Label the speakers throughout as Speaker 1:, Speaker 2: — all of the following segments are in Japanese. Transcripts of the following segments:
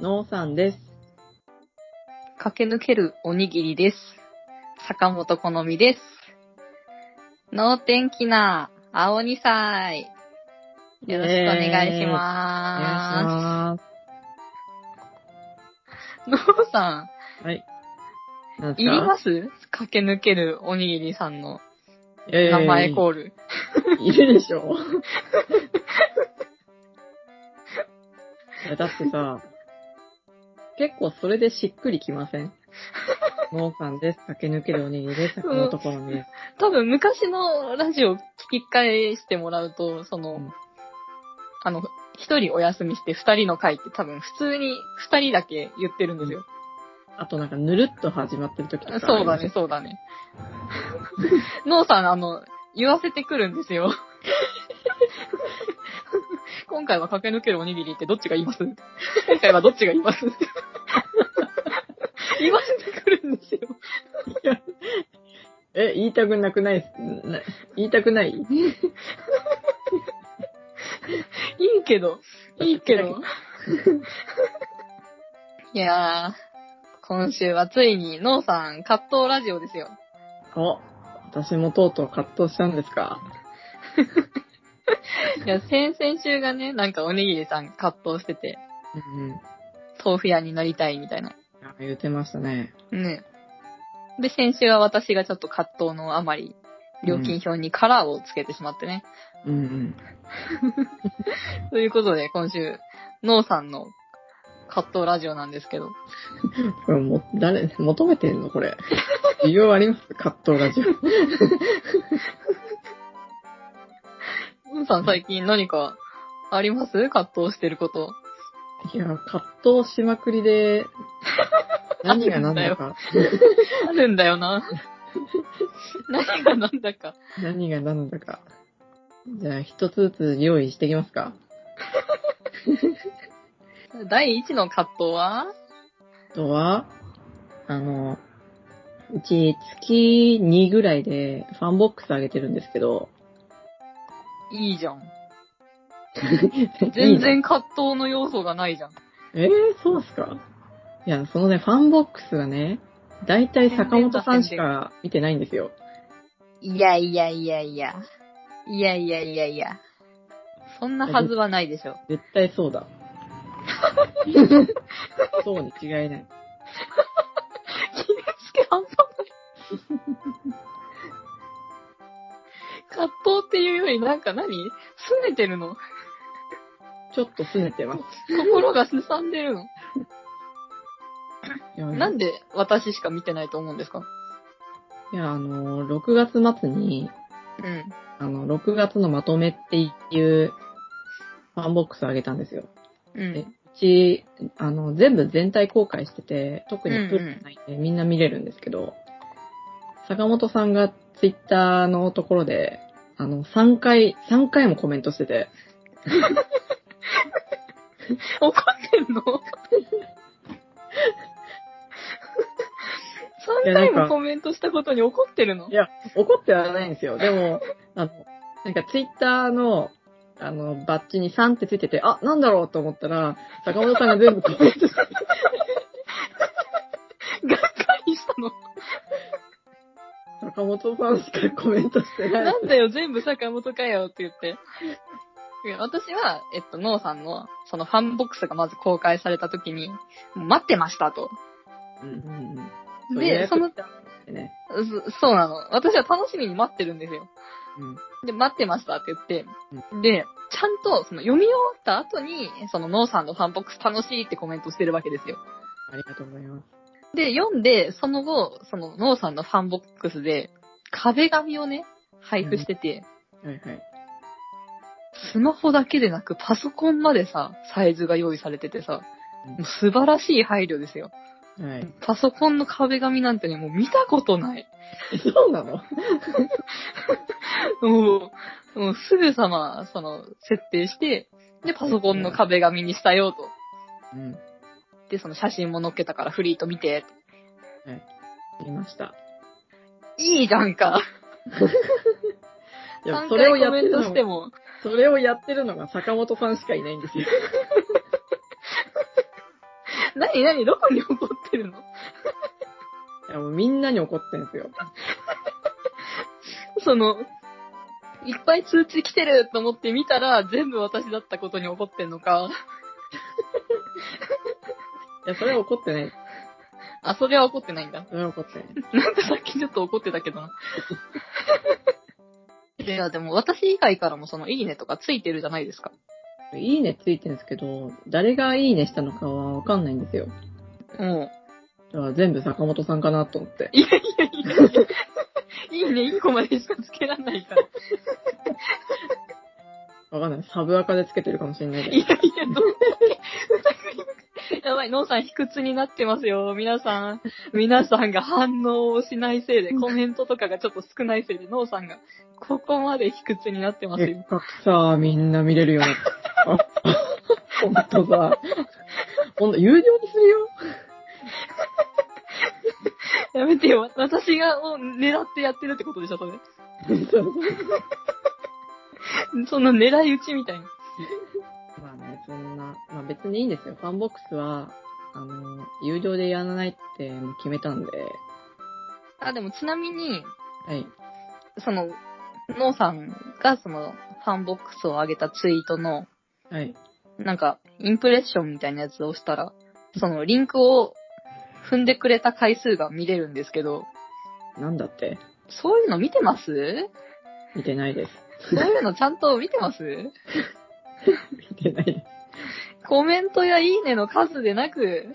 Speaker 1: のうさんです。
Speaker 2: 駆け抜けるおにぎりです。坂本好みです。能天気な青二歳。よろしくお願いし
Speaker 1: お願いし
Speaker 2: ま。
Speaker 1: ます
Speaker 2: のうさ
Speaker 1: す。はい。なん
Speaker 2: ん、いります駆け抜けるおにぎりさんの
Speaker 1: いやいや
Speaker 2: 名
Speaker 1: いや
Speaker 2: 前コール。
Speaker 1: いるでしょいやだってさ、結構それでしっくりきませんのうさんです。駆け抜けるおにぎりです。坂本好みです。
Speaker 2: 多分昔のラジオ聞き返してもらうと、その、
Speaker 1: うん
Speaker 2: あの、一人お休みして二人の回って多分普通に二人だけ言ってるんですよ。
Speaker 1: あとなんかぬるっと始まってる時とかあります。
Speaker 2: そうだね、そうだね。 ノーさん、あの、言わせてくるんですよ。 今回は駆け抜けるおにぎりってどっちが言います今回はどっちが言います 言わせてくるんですよ。
Speaker 1: え、言いたくなくないっすな言いたくない
Speaker 2: いいけど、いいけど。 いやー、今週はついにノーさん、葛藤ラジオですよ。
Speaker 1: お、私もとうとう葛藤したんですか。
Speaker 2: いや、先々週がね、なんかおにぎりさん葛藤してて、
Speaker 1: うんうん。
Speaker 2: 豆腐屋になりたいみたいな。
Speaker 1: あ言ってましたね。
Speaker 2: ね。で、先週は私がちょっと葛藤のあまり、料金表にカラーをつけてしまってね。
Speaker 1: うんうん。
Speaker 2: ということで、今週、ノーさんの葛藤ラジオなんですけど。
Speaker 1: これも、誰、求めてんのこ れ。需要あります葛藤ラジオ。
Speaker 2: ノーさん最近何かあります葛藤してること。
Speaker 1: いや、葛藤しまくり で、何が何だか、
Speaker 2: あるんだよ な。何が何だか。
Speaker 1: 何が何だか。じゃあ、一つずつ用意していきますか。
Speaker 2: 第一の葛藤は
Speaker 1: あとは、あの、うち月2ぐらいでファンボックスあげてるんですけど、
Speaker 2: いいじゃん。全然葛藤の要素がないじゃん。
Speaker 1: えー、そうっすかいや、そのね、ファンボックスがね、だいたい坂本さんしか見てないんですよ。
Speaker 2: いやいやいやいや。いやいやいやいや。そんなはずはないでしょ。
Speaker 1: 絶対そう だ。そうに違いない。
Speaker 2: 決めつけ半端ない。葛藤っていうよりなんか何拗ねてるの
Speaker 1: ちょっと拗ねてます。
Speaker 2: 心がすさんでるの
Speaker 1: いや、
Speaker 2: なんで私しか見てないと思うんですか
Speaker 1: いやあの、6月末に、
Speaker 2: うん。
Speaker 1: あの、6月のまとめっていうファンボックスをあげたんですよ。
Speaker 2: うん。
Speaker 1: うち、あの、全部全体公開してて、特にプ
Speaker 2: うんう
Speaker 1: ー
Speaker 2: ん
Speaker 1: ルないんでみんな見れるんですけど、坂本さんがツイッターのところで、あの、3回、3回もコメントしてて、
Speaker 2: 怒ってんの ?3
Speaker 1: いやなん
Speaker 2: 回
Speaker 1: か
Speaker 2: もコメントしたことに怒ってるの
Speaker 1: い や、怒ってはないんですよ。でも、あの、なんかツイッターの、あの、バッジに3ってついてて、あ、なんだろうと思ったら、坂本さんが全部コメントしてて、
Speaker 2: がっかりしたの
Speaker 1: 坂本さんしかコメント してない。
Speaker 2: なんだよ、全部坂本かよって言って。いや私は、えっと、ノーさんの、そのファンボックスがまず公開された時に、待ってましたと。
Speaker 1: うんうんうん。そう予
Speaker 2: で、
Speaker 1: 約
Speaker 2: その、
Speaker 1: でね。
Speaker 2: そそうなの。私は楽しみに待ってるんですよ。
Speaker 1: うん。
Speaker 2: で、待ってましたって言って、で、ちゃんと、その、読み終わった後に、その、ノーさんのファンボックス楽しいってコメントしてるわけですよ。
Speaker 1: ありがとうございます。
Speaker 2: で、読んで、その後、その、ノーさんのファンボックスで、壁紙をね、配布してて、
Speaker 1: はいはい。
Speaker 2: スマホだけでなくパソコンまでさ、サイズが用意されててさ、もう素晴らしい配慮ですよ。
Speaker 1: はい。
Speaker 2: パソコンの壁紙なんてね、もう見たことない。
Speaker 1: そうなの
Speaker 2: もう、もうすぐさま、その、設定して、で、パソコンの壁紙にしたよと。
Speaker 1: うん。
Speaker 2: で、その写真も載っけたからフリート見て。
Speaker 1: 言いました。
Speaker 2: いいじゃんか。
Speaker 1: いや、
Speaker 2: 3
Speaker 1: それを
Speaker 2: 回
Speaker 1: や
Speaker 2: コ
Speaker 1: って
Speaker 2: メン
Speaker 1: る
Speaker 2: ト
Speaker 1: の
Speaker 2: しても、
Speaker 1: それをやってるのが坂本さんしかいないんですよ。
Speaker 2: なになにどこに怒ってるの
Speaker 1: いやもうみんなに怒ってんすよ。
Speaker 2: その、いっぱい通知来てると思って見たら、全部私だったことに怒ってんのか。
Speaker 1: いや、それは怒ってない。
Speaker 2: あ、それは怒ってないんだ。
Speaker 1: それは怒ってない。
Speaker 2: なんかさっきちょっと怒ってたけどな。 いや、でも私以外からもその、いいねとかついてるじゃないですか。
Speaker 1: いいねついてるんですけど、誰がいいねしたのかはわかんないんですよ。
Speaker 2: も
Speaker 1: だから全部坂本さんかなと思って。
Speaker 2: う、いやいやいやいや。いいね、1個までしかつけらんないから。
Speaker 1: わかんない。サブアカでつけてるかもしれないけ
Speaker 2: いや
Speaker 1: ど
Speaker 2: いや、どんだけ疑い深い、やばい、ノンさん、卑屈になってますよ。皆さん、皆さんが反応をしないせいで、コメントとかがちょっと少ないせいで、ノンさんが、ここまで卑屈になってます
Speaker 1: せっ
Speaker 2: よ。
Speaker 1: かくさ、みんな見れるようになった。ほんとさ。ほんと、有料にするよ。
Speaker 2: やめてよ。私が、を狙ってやってるってことでしょ、それ。その狙い撃ちみたいな。
Speaker 1: まあね、そんな、まあ別にいいんですよ。ファンボックスは、あの、有料でやらないってもう決めたんで、
Speaker 2: あ、でもちなみに、
Speaker 1: はい。
Speaker 2: その、ノンさんが、その、ファンボックスを上げたツイートの、
Speaker 1: はい。
Speaker 2: なんか、インプレッションみたいなやつを押したら、そのリンクを踏んでくれた回数が見れるんですけど、
Speaker 1: なんだって
Speaker 2: そういうの見てます
Speaker 1: 見てないです。
Speaker 2: そういうのちゃんと見てます
Speaker 1: 見てないです。
Speaker 2: コメントやいいねの数でなく、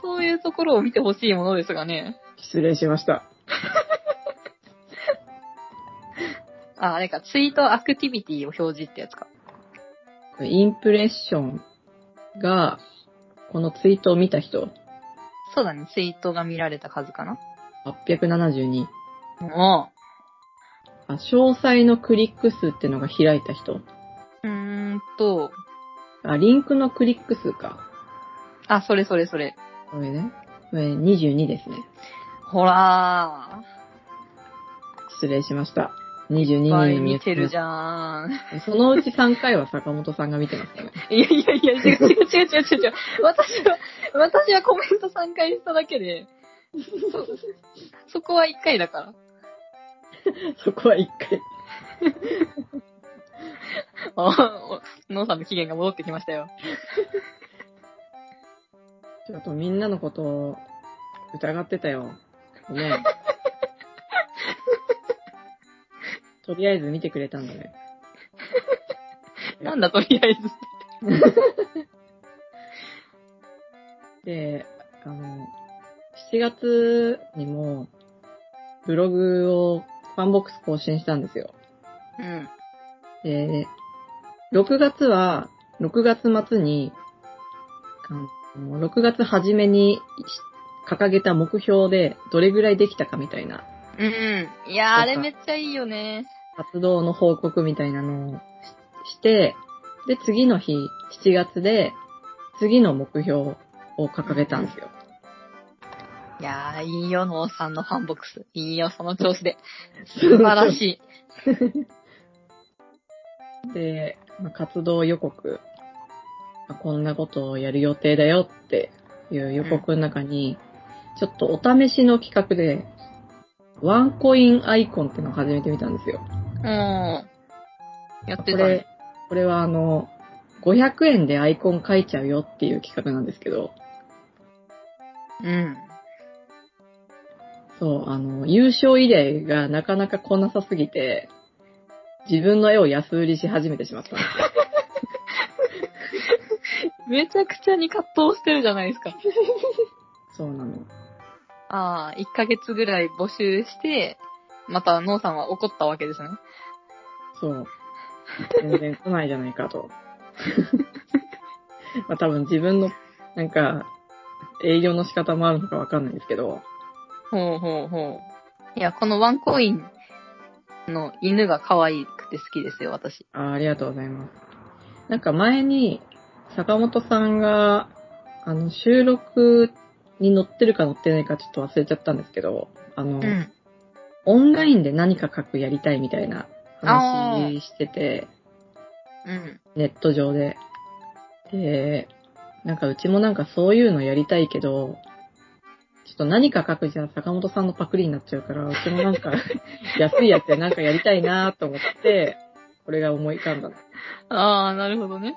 Speaker 2: そういうところを見てほしいものですがね。
Speaker 1: 失礼しました。
Speaker 2: あ、あれか、ツイートアクティビティを表示ってやつか。
Speaker 1: これインプレッションが、このツイートを見た人、
Speaker 2: そうだね、ツイートが見られた数かな。
Speaker 1: 872。
Speaker 2: も
Speaker 1: あ、詳細のクリック数ってのが開いた人。
Speaker 2: う、うーんと、
Speaker 1: あ、リンクのクリック数か。
Speaker 2: あ、それそれそれ。
Speaker 1: これね。これ22ですね。
Speaker 2: ほら
Speaker 1: 失礼しました。22
Speaker 2: ー、いっ
Speaker 1: 人
Speaker 2: ぱ
Speaker 1: の
Speaker 2: い見てるじ
Speaker 1: ゃ
Speaker 2: ゃん。
Speaker 1: ん。そのうち3回は坂本さんが見てますからね。
Speaker 2: いやいやいや、違う違う違う違う違う。私は、私はコメント3回しただけで、そ、そこは1回だから。
Speaker 1: そこは1回。
Speaker 2: あおノーさんの期限が戻ってきましたよ。
Speaker 1: ちょっとみんなのことを疑ってたよ。ごめ ん。とりあえず見てくれたんだね。
Speaker 2: なんだとりあえず。
Speaker 1: で、あの、7月にも、ブログをファンボックス更新したんですよ。
Speaker 2: うん。
Speaker 1: で、6月は、6月末に、あの6月初めに掲げた目標でどれぐらいできたかみたいな
Speaker 2: うん。いやー、あれめっちゃいいよね。
Speaker 1: 活動の報告みたいなのをしして、で、次の日、7月で、次の目標を掲げたんですよ。
Speaker 2: いやー、いいよ、ノーさんのファンボックス。いいよ、その調子で。素晴らし い。
Speaker 1: で、まあ活動予告、まあこんなことをやる予定だよっていう予告の中に、ちょっとお試しの企画で、ワンコインアイコンってのを始めてみたんですよ。
Speaker 2: うん。やっ
Speaker 1: こ
Speaker 2: てたね
Speaker 1: れ。、これはあの、500円でアイコン書いちゃうよっていう企画なんですけど、
Speaker 2: うん。
Speaker 1: そう、あの、優勝依頼がなかなか来なさすぎて、自分の絵を安売りし始めてしまったんですよ。
Speaker 2: めちゃくちゃに葛藤してるじゃないですか。
Speaker 1: そうなの。
Speaker 2: ああ、1ヶ月ぐらい募集して、また、ノーさんは怒ったわけですね。
Speaker 1: そう。全然来ないじゃないかと。 まあ多分自分の、なんか、営業の仕方もあるのかわかんないんですけど、
Speaker 2: ほうほうほう。いや、このワンコインの犬が可愛くて好きですよ、私。
Speaker 1: あありがとうございます。なんか前に、坂本さんが、あの、収録に載ってるか載ってないかちょっと忘れちゃったんですけど、あの、
Speaker 2: うん。
Speaker 1: オンラインで何か書くやりたいみたいな話してて、
Speaker 2: うん。
Speaker 1: ネット上で。で、なんかうちもなんかそういうのやりたいけど、ちょっと何か書くじゃん坂本さんのパクリになっちゃうから、うちもなん か安いやつでなんかやりたいなと思って、これが思い浮かんだの。
Speaker 2: ああ、なるほどね。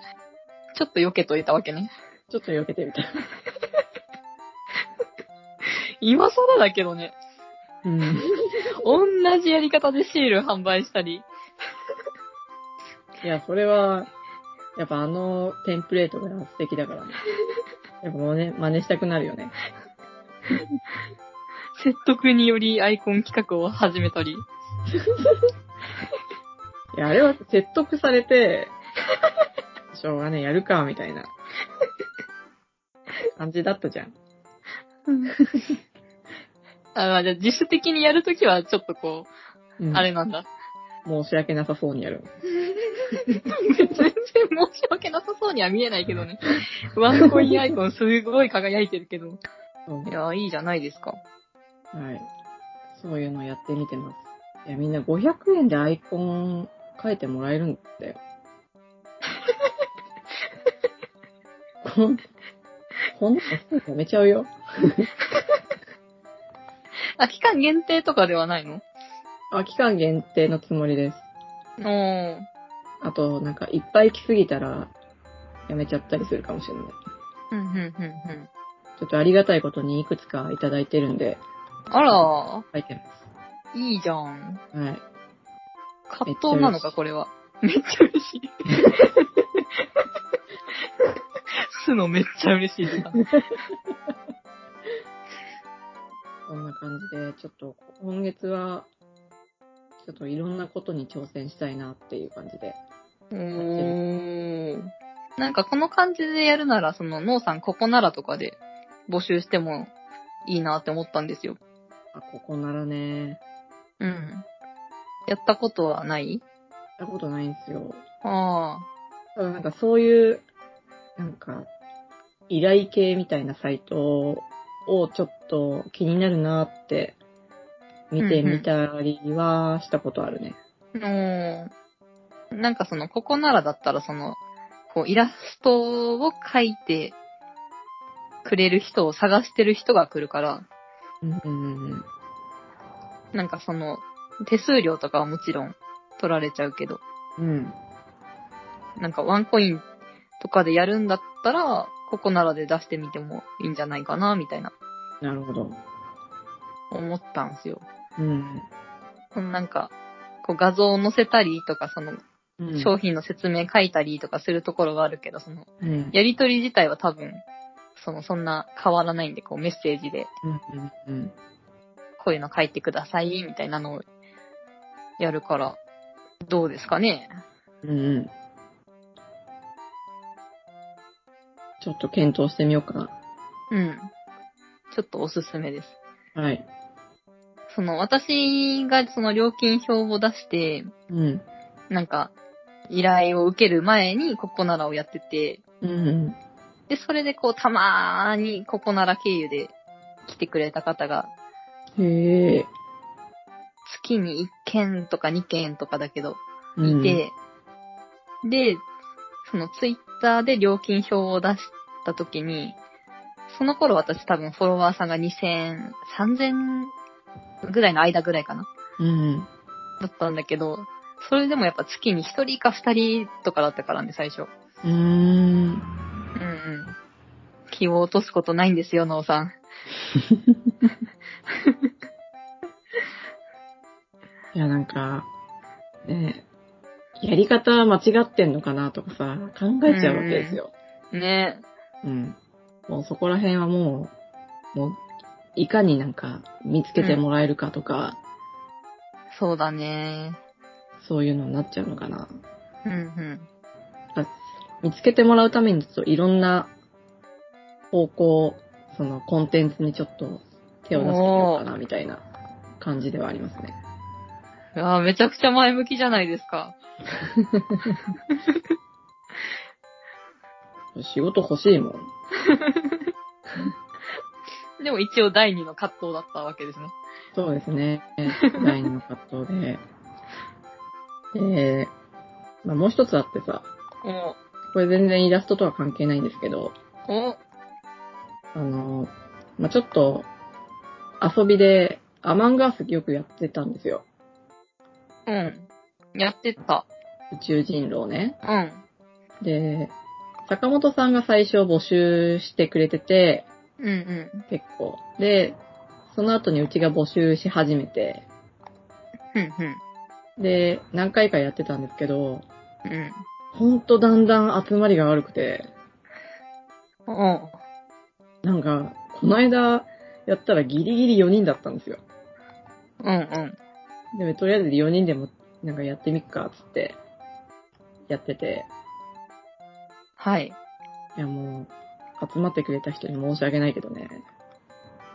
Speaker 2: ちょっと避けといたわけね。
Speaker 1: ちょっと避けてみた。
Speaker 2: 今更だけどね。
Speaker 1: うん。
Speaker 2: 同じやり方でシール販売したり。
Speaker 1: いや、それは、やっぱあのテンプレートが素敵だからね。やっぱもうね、真似したくなるよね。
Speaker 2: 説得によりアイコン企画を始めたり。
Speaker 1: いや、あれは説得され て、しょうがねえ、やるか、みたいな感じだったじゃん。
Speaker 2: あまあじゃあ自主的にやるときはちょっとこ
Speaker 1: う
Speaker 2: う、
Speaker 1: ん
Speaker 2: あれなんだ。
Speaker 1: 申し訳なさそうにやる。
Speaker 2: 全然申し訳なさそうには見えないけどね。ワンコインアイコンすごい輝いてるけど。
Speaker 1: うん
Speaker 2: いやー、いいじゃないですか。
Speaker 1: はい。そういうのやってみてます。いや、みんな500円でアイコン書いてもらえるんだ よ。こん、こんなのやめちゃうよ。
Speaker 2: あ、期間限定とかではないの
Speaker 1: あ、期間限定のつもりです。
Speaker 2: おー。
Speaker 1: あと、なんか、いっぱい来すぎたら、やめちゃったりするかもしれない。
Speaker 2: うん、うん、うん、うん。
Speaker 1: ちょっとありがたいことにいくつかいただいてるんで、
Speaker 2: あら
Speaker 1: 書いてま
Speaker 2: ー、いいじゃん。
Speaker 1: す。はい。
Speaker 2: 葛藤なのか、これは。めっちゃ嬉しい。すのめっちゃ嬉しい時間。
Speaker 1: そんな感じで、ちょっと、今月は、ちょっといろんなことに挑戦したいなっていう感じで。
Speaker 2: おー。なんかこの感じでやるなら、その、ノーさんここならとかで募集してもいいなって思ったんですよ。
Speaker 1: あ、ここならね、
Speaker 2: うん。やったことはない
Speaker 1: やったことないんですよ。
Speaker 2: あ
Speaker 1: ただなんかそういう、なんか、依頼系みたいなサイトをちょっと気になるなって、見てみたりはしたことあるね。
Speaker 2: あ。のーなんかその、ここならだったらその、こう、イラストを描いてくれる人を探してる人が来るから、
Speaker 1: うんうんうん。
Speaker 2: なんかその、手数料とかはもちろん取られちゃうけど、
Speaker 1: うん。
Speaker 2: なんかワンコインとかでやるんだったら、ここならで出してみてもいいんじゃないかな、みたいな、
Speaker 1: なるほど。
Speaker 2: 思ったんすよ。
Speaker 1: うん。
Speaker 2: そのなんか、こう画像を載せたりとか、その
Speaker 1: うん
Speaker 2: 商品の説明書いたりとかするところはあるけど、その、
Speaker 1: うん。うん
Speaker 2: やりとり自体は多分、その、そんな変わらないんで、こうメッセージで、
Speaker 1: うんうん。
Speaker 2: こういうの書いてください、みたいなのをやるから、どうですかね。
Speaker 1: うんうん。ちょっと検討してみようかな。
Speaker 2: うん。ちょっとおすすめです。
Speaker 1: はい。
Speaker 2: その、私がその料金表を出して、
Speaker 1: うん。
Speaker 2: なんか、依頼を受ける前にココナラをやってて、
Speaker 1: うんうん。
Speaker 2: で、それでこう、たまーにココナラ経由で来てくれた方が、
Speaker 1: へえ。
Speaker 2: 月に1件とか2件とかだけど、
Speaker 1: うん
Speaker 2: い、て、で、そのツイッターで料金表を出した時に、その頃私多分フォロワーさんが2000、3000ぐらいの間ぐらいかな。
Speaker 1: うん。
Speaker 2: だったんだけど、それでもやっぱ月に1人か2人とかだったからね、最初。
Speaker 1: うーん。
Speaker 2: うんうん。気を落とすことないんですよ、ノーさん。
Speaker 1: いや、なんか、ねえやり方間違ってんのかなとかさ、考えちゃうわけですよ。
Speaker 2: ね
Speaker 1: うん。もうそこら辺はもう、もう、いかになんか見つけてもらえるかとか、
Speaker 2: そうだね。
Speaker 1: そういうのになっちゃうのかな。
Speaker 2: うんうん。
Speaker 1: だ見つけてもらうためにちょっといろんな方向、そのコンテンツにちょっと手を出してみようかなみたいな感じではありますね。
Speaker 2: いやーめちゃくちゃ前向きじゃないですか。
Speaker 1: 仕事欲しいもん。
Speaker 2: でも一応第二の葛藤だったわけですね。
Speaker 1: そうですね。第二の葛藤で。で、まあ、もう一つあってさ、
Speaker 2: お
Speaker 1: これ全然イラストとは関係ないんですけど、
Speaker 2: ーお、
Speaker 1: あの、まあ、ちょっと、遊びで、アマンガースよくやってたんですよ。
Speaker 2: うん。やってた。
Speaker 1: 宇宙人狼ね。
Speaker 2: うん。
Speaker 1: で、坂本さんが最初募集してくれてて、
Speaker 2: うんうん。
Speaker 1: 結構。で、その後にうちが募集し始めて、
Speaker 2: うん
Speaker 1: で、何回かやってたんですけど、
Speaker 2: うん。うん。
Speaker 1: ほんとだんだん集まりが悪くて、
Speaker 2: おう
Speaker 1: なんか、この間やったらギリギリ4人だったんですよ。
Speaker 2: うんうん。
Speaker 1: でもとりあえず4人でもなんかやってみっか、つって、やってて、
Speaker 2: はい。
Speaker 1: いやもう、集まってくれた人に申し訳ないけどね。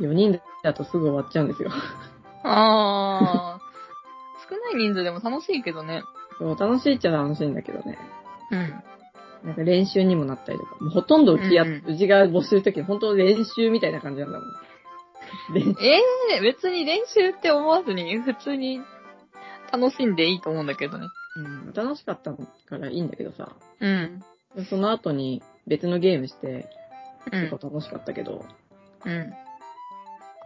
Speaker 1: 4人だとすぐ終わっちゃうんですよ。
Speaker 2: あー。 少ない人数でも楽しいけどね。
Speaker 1: そう楽しいっちゃ楽しいんだけどね。
Speaker 2: うん。なん
Speaker 1: なんか練習にもなったりとか。もうほとんどうちや、
Speaker 2: うんうん
Speaker 1: うちが募集するとき、本当練習みたいな感じなんだもん。練
Speaker 2: ええー、別に練習って思わずに、普通に楽しんでいいと思うんだけどね。
Speaker 1: うん、楽しかったからいいんだけどさ。
Speaker 2: うん。
Speaker 1: その後に別のゲームして、
Speaker 2: う
Speaker 1: 結
Speaker 2: ん
Speaker 1: 構。楽しかったけど、
Speaker 2: うん。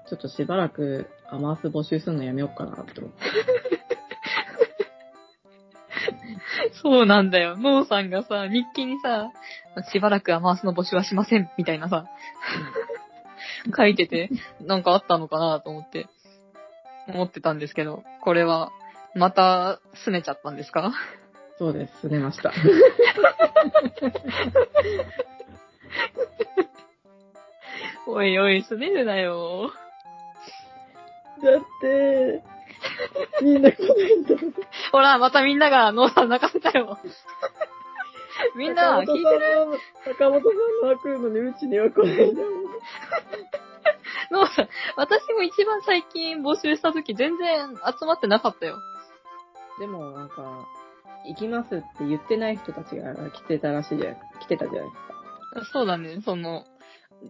Speaker 1: ちょっとしばらくアマース募集するのやめようかなって思って。
Speaker 2: そうなんだよ。ノーさんがさ、日記にさ、しばらくはマースの募集はしません、みたいなさ、書いてて、なんかあったのかなと思って、思ってたんですけど、これは、また、拗ねちゃったんですか
Speaker 1: そうです、すねました。
Speaker 2: おいおい、拗ねるなよ。
Speaker 1: だって、みんな来ないんだもん。
Speaker 2: ほら、またみんながノーさん泣かせたよ。みんな、聞いてる
Speaker 1: 坂本さんの来るのにうちには来ないんだもん。
Speaker 2: ノーさん、私も一番最近募集した時全然集まってなかったよ。
Speaker 1: でもなんか、行きますって言ってない人たちが来てたらしいじゃん。来てたじゃないですか。
Speaker 2: そうだね、その、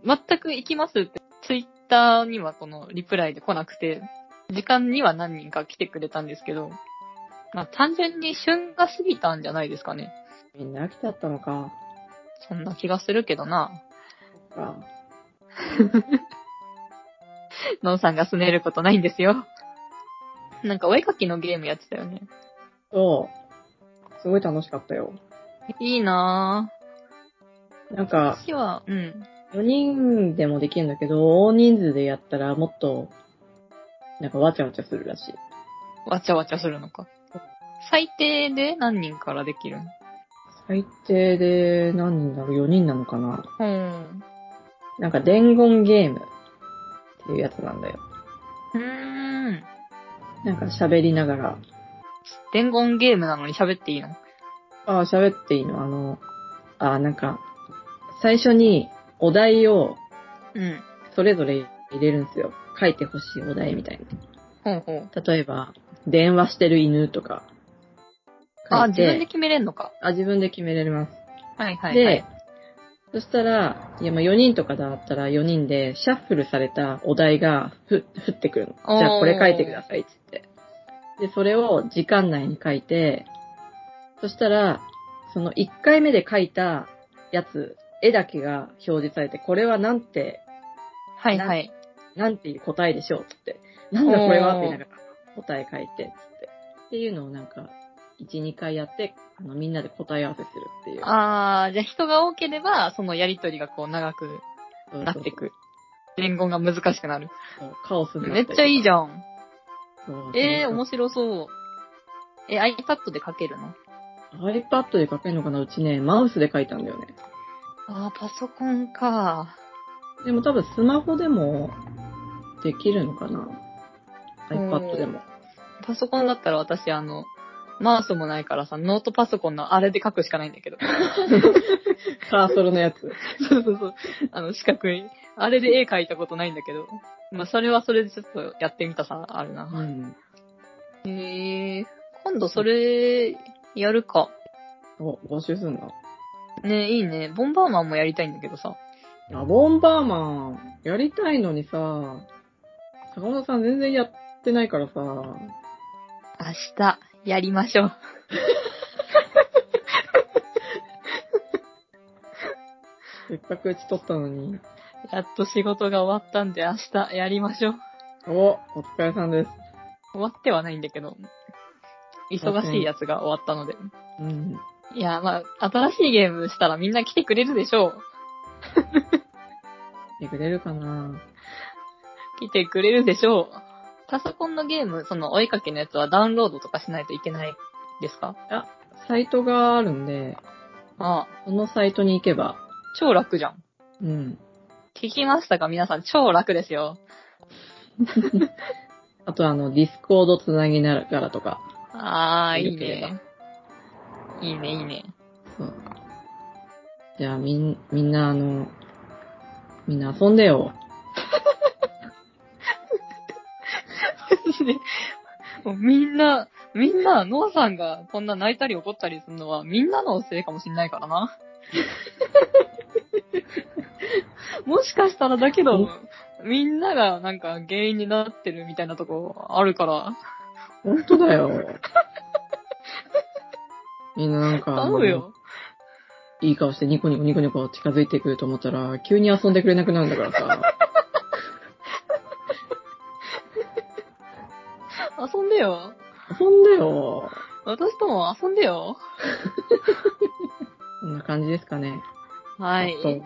Speaker 2: 全く行きますって、ツイッターにはこのリプライで来なくて、時間には何人か来てくれたんですけど、まあ単純に旬が過ぎたんじゃないですかね。
Speaker 1: みんな飽きちゃったのか。
Speaker 2: そんな気がするけどな。
Speaker 1: あ
Speaker 2: ノンさんが拗ねることないんですよ。なんかお絵描きのゲームやってたよね。
Speaker 1: そう。すごい楽しかったよ。
Speaker 2: いいなぁ。
Speaker 1: なんか、
Speaker 2: 私は、うん。
Speaker 1: 4人でもできるんだけど、大人数でやったらもっと、なんかわちゃわちゃするらしい。
Speaker 2: わちゃわちゃするのか。最低で何人からできるの
Speaker 1: 最低で何人だろう ?4 人なのかな
Speaker 2: うん。
Speaker 1: なんか伝言ゲームっていうやつなんだよ。
Speaker 2: うーん。
Speaker 1: なんか喋りながら。
Speaker 2: 伝言ゲームなのに喋っていいの
Speaker 1: ああ、喋っていいのあの、ああ、なんか、最初にお題を
Speaker 2: うん。
Speaker 1: それぞれ入れるんですよ。書いてほしいお題みたい
Speaker 2: ほうほう。
Speaker 1: な。例えば、電話してる犬とか。書
Speaker 2: あ、
Speaker 1: い
Speaker 2: 自
Speaker 1: て
Speaker 2: 分で決めれんのか。
Speaker 1: あ、自分で決められます。
Speaker 2: はいはい、
Speaker 1: で、
Speaker 2: はい。
Speaker 1: そしたら、いや、まあ4人とかだったら4人でシャッフルされたお題がふ降ってくるの。
Speaker 2: おー
Speaker 1: じゃあこれ書いてくださいっつって。で、それを時間内に書いて、そしたら、その1回目で書いたやつ、絵だけが表示されて、これはなんて、
Speaker 2: はいはい。
Speaker 1: なんていう答えでしょうっつって。なんだこれはって
Speaker 2: おー
Speaker 1: 言いながら答え書いてっつって。っていうのをなんか、1、2回やって、あのみんなで答え合わせするっていう。
Speaker 2: あー、じゃあ人が多ければ、そのやりとりがこう長く
Speaker 1: そうそうそう、
Speaker 2: なってく。伝言が難しくなる。
Speaker 1: そうカオスにな
Speaker 2: めっちゃいいじ
Speaker 1: ゃん。
Speaker 2: ゃん。
Speaker 1: そう
Speaker 2: えー、
Speaker 1: そう
Speaker 2: 面白そう。え、iPad で書けるの
Speaker 1: iPad で書けるのかなうちね、マウスで書いたんだよね。
Speaker 2: あー、パソコンか。
Speaker 1: でも多分スマホでもできるのかな ?iPad でも。
Speaker 2: パソコンだったら私、あの、マウスもないからさ、ノートパソコンのあれで書くしかないんだけど。
Speaker 1: カーソルのやつ。
Speaker 2: そうそうそう。あの、四角い。あれで絵描いたことないんだけど。まあ、それはそれでちょっとやってみたさ、あるな。
Speaker 1: うん。
Speaker 2: へえ、今度それ、やるか。
Speaker 1: お、募集すんの
Speaker 2: ねいいね。ボンバーマンもやりたいんだけどさ。
Speaker 1: あ、ボンバーマン、やりたいのにさ、坂本さん全然やってないからさ、
Speaker 2: 明日、やりましょう。
Speaker 1: せっかく打ち取ったのに。
Speaker 2: やっと仕事が終わったんで明日やりましょう。
Speaker 1: お、お疲れさんです。
Speaker 2: 終わってはないんだけど、忙しいやつが終わったので。
Speaker 1: うん。
Speaker 2: いや、まあ、新しいゲームしたらみんな来てくれるでしょう。
Speaker 1: 来てくれるかな
Speaker 2: 来てくれるでしょう。パソコンのゲーム、そのお絵かきのやつはダウンロードとかしないといけないですか
Speaker 1: サイトがあるんで、
Speaker 2: ああ、
Speaker 1: そのサイトに行けば、
Speaker 2: 超楽じゃん。
Speaker 1: うん。
Speaker 2: 聞きましたか皆さん、超楽ですよ。
Speaker 1: あとあの、ディスコードつなぎながらとか。
Speaker 2: ああ、いい
Speaker 1: よければ
Speaker 2: ね。いいね、いいね。
Speaker 1: そう。じゃあみん、みんなあの、みんな遊んでよ。
Speaker 2: でもうみんな、みんな、ノアさんがこんな泣いたり怒ったりするのはみんなのせいかもしんないからな。 もしかしたらだけど、みんながなんか原因になってるみたいなとこあるから、
Speaker 1: ほんとだ よ。みんななんか、あ
Speaker 2: 頼
Speaker 1: の
Speaker 2: むよ。
Speaker 1: いい顔してニコニコニコニコ近づいてくると思ったら、急に遊んでくれなくなるんだからさ。
Speaker 2: 遊んでよ。
Speaker 1: 遊んでよ。
Speaker 2: 私とも遊んでよ。
Speaker 1: こんな感じですかね。
Speaker 2: はい。
Speaker 1: そう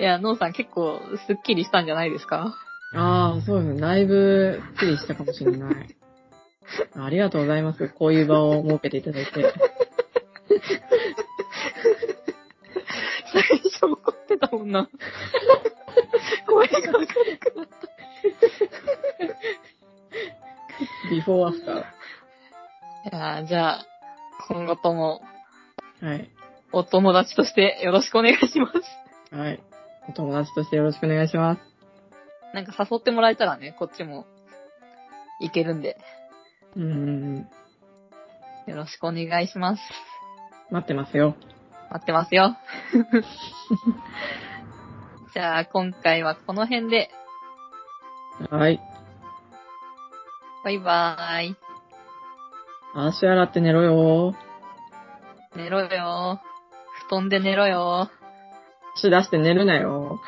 Speaker 2: いや、ノアさん結構スッキリしたんじゃないですか
Speaker 1: ああ、そうですね。だいぶ、すっきりしたかもしれない。ありがとうございます。こういう場を設けていただいて。
Speaker 2: 最初怒ってたもん な。声が明るくなっ
Speaker 1: ビフォーアフタ
Speaker 2: た。いやーじゃあ、今後とも
Speaker 1: ー。はい。
Speaker 2: お友達としてよろしくお願いします。
Speaker 1: はい。お友達としてよろしくお願いします。
Speaker 2: なんか誘ってもらえたらね、こっちもいけるんで、
Speaker 1: うんうんうん。
Speaker 2: よろしくお願いします。
Speaker 1: 待ってますよ。
Speaker 2: 待ってますよ。 じゃあ、今回はこの辺で、
Speaker 1: はい。
Speaker 2: バイバーイ。
Speaker 1: 足洗って寝ろよ
Speaker 2: 寝ろよ。布団で寝ろよ。
Speaker 1: 足出して寝るなよ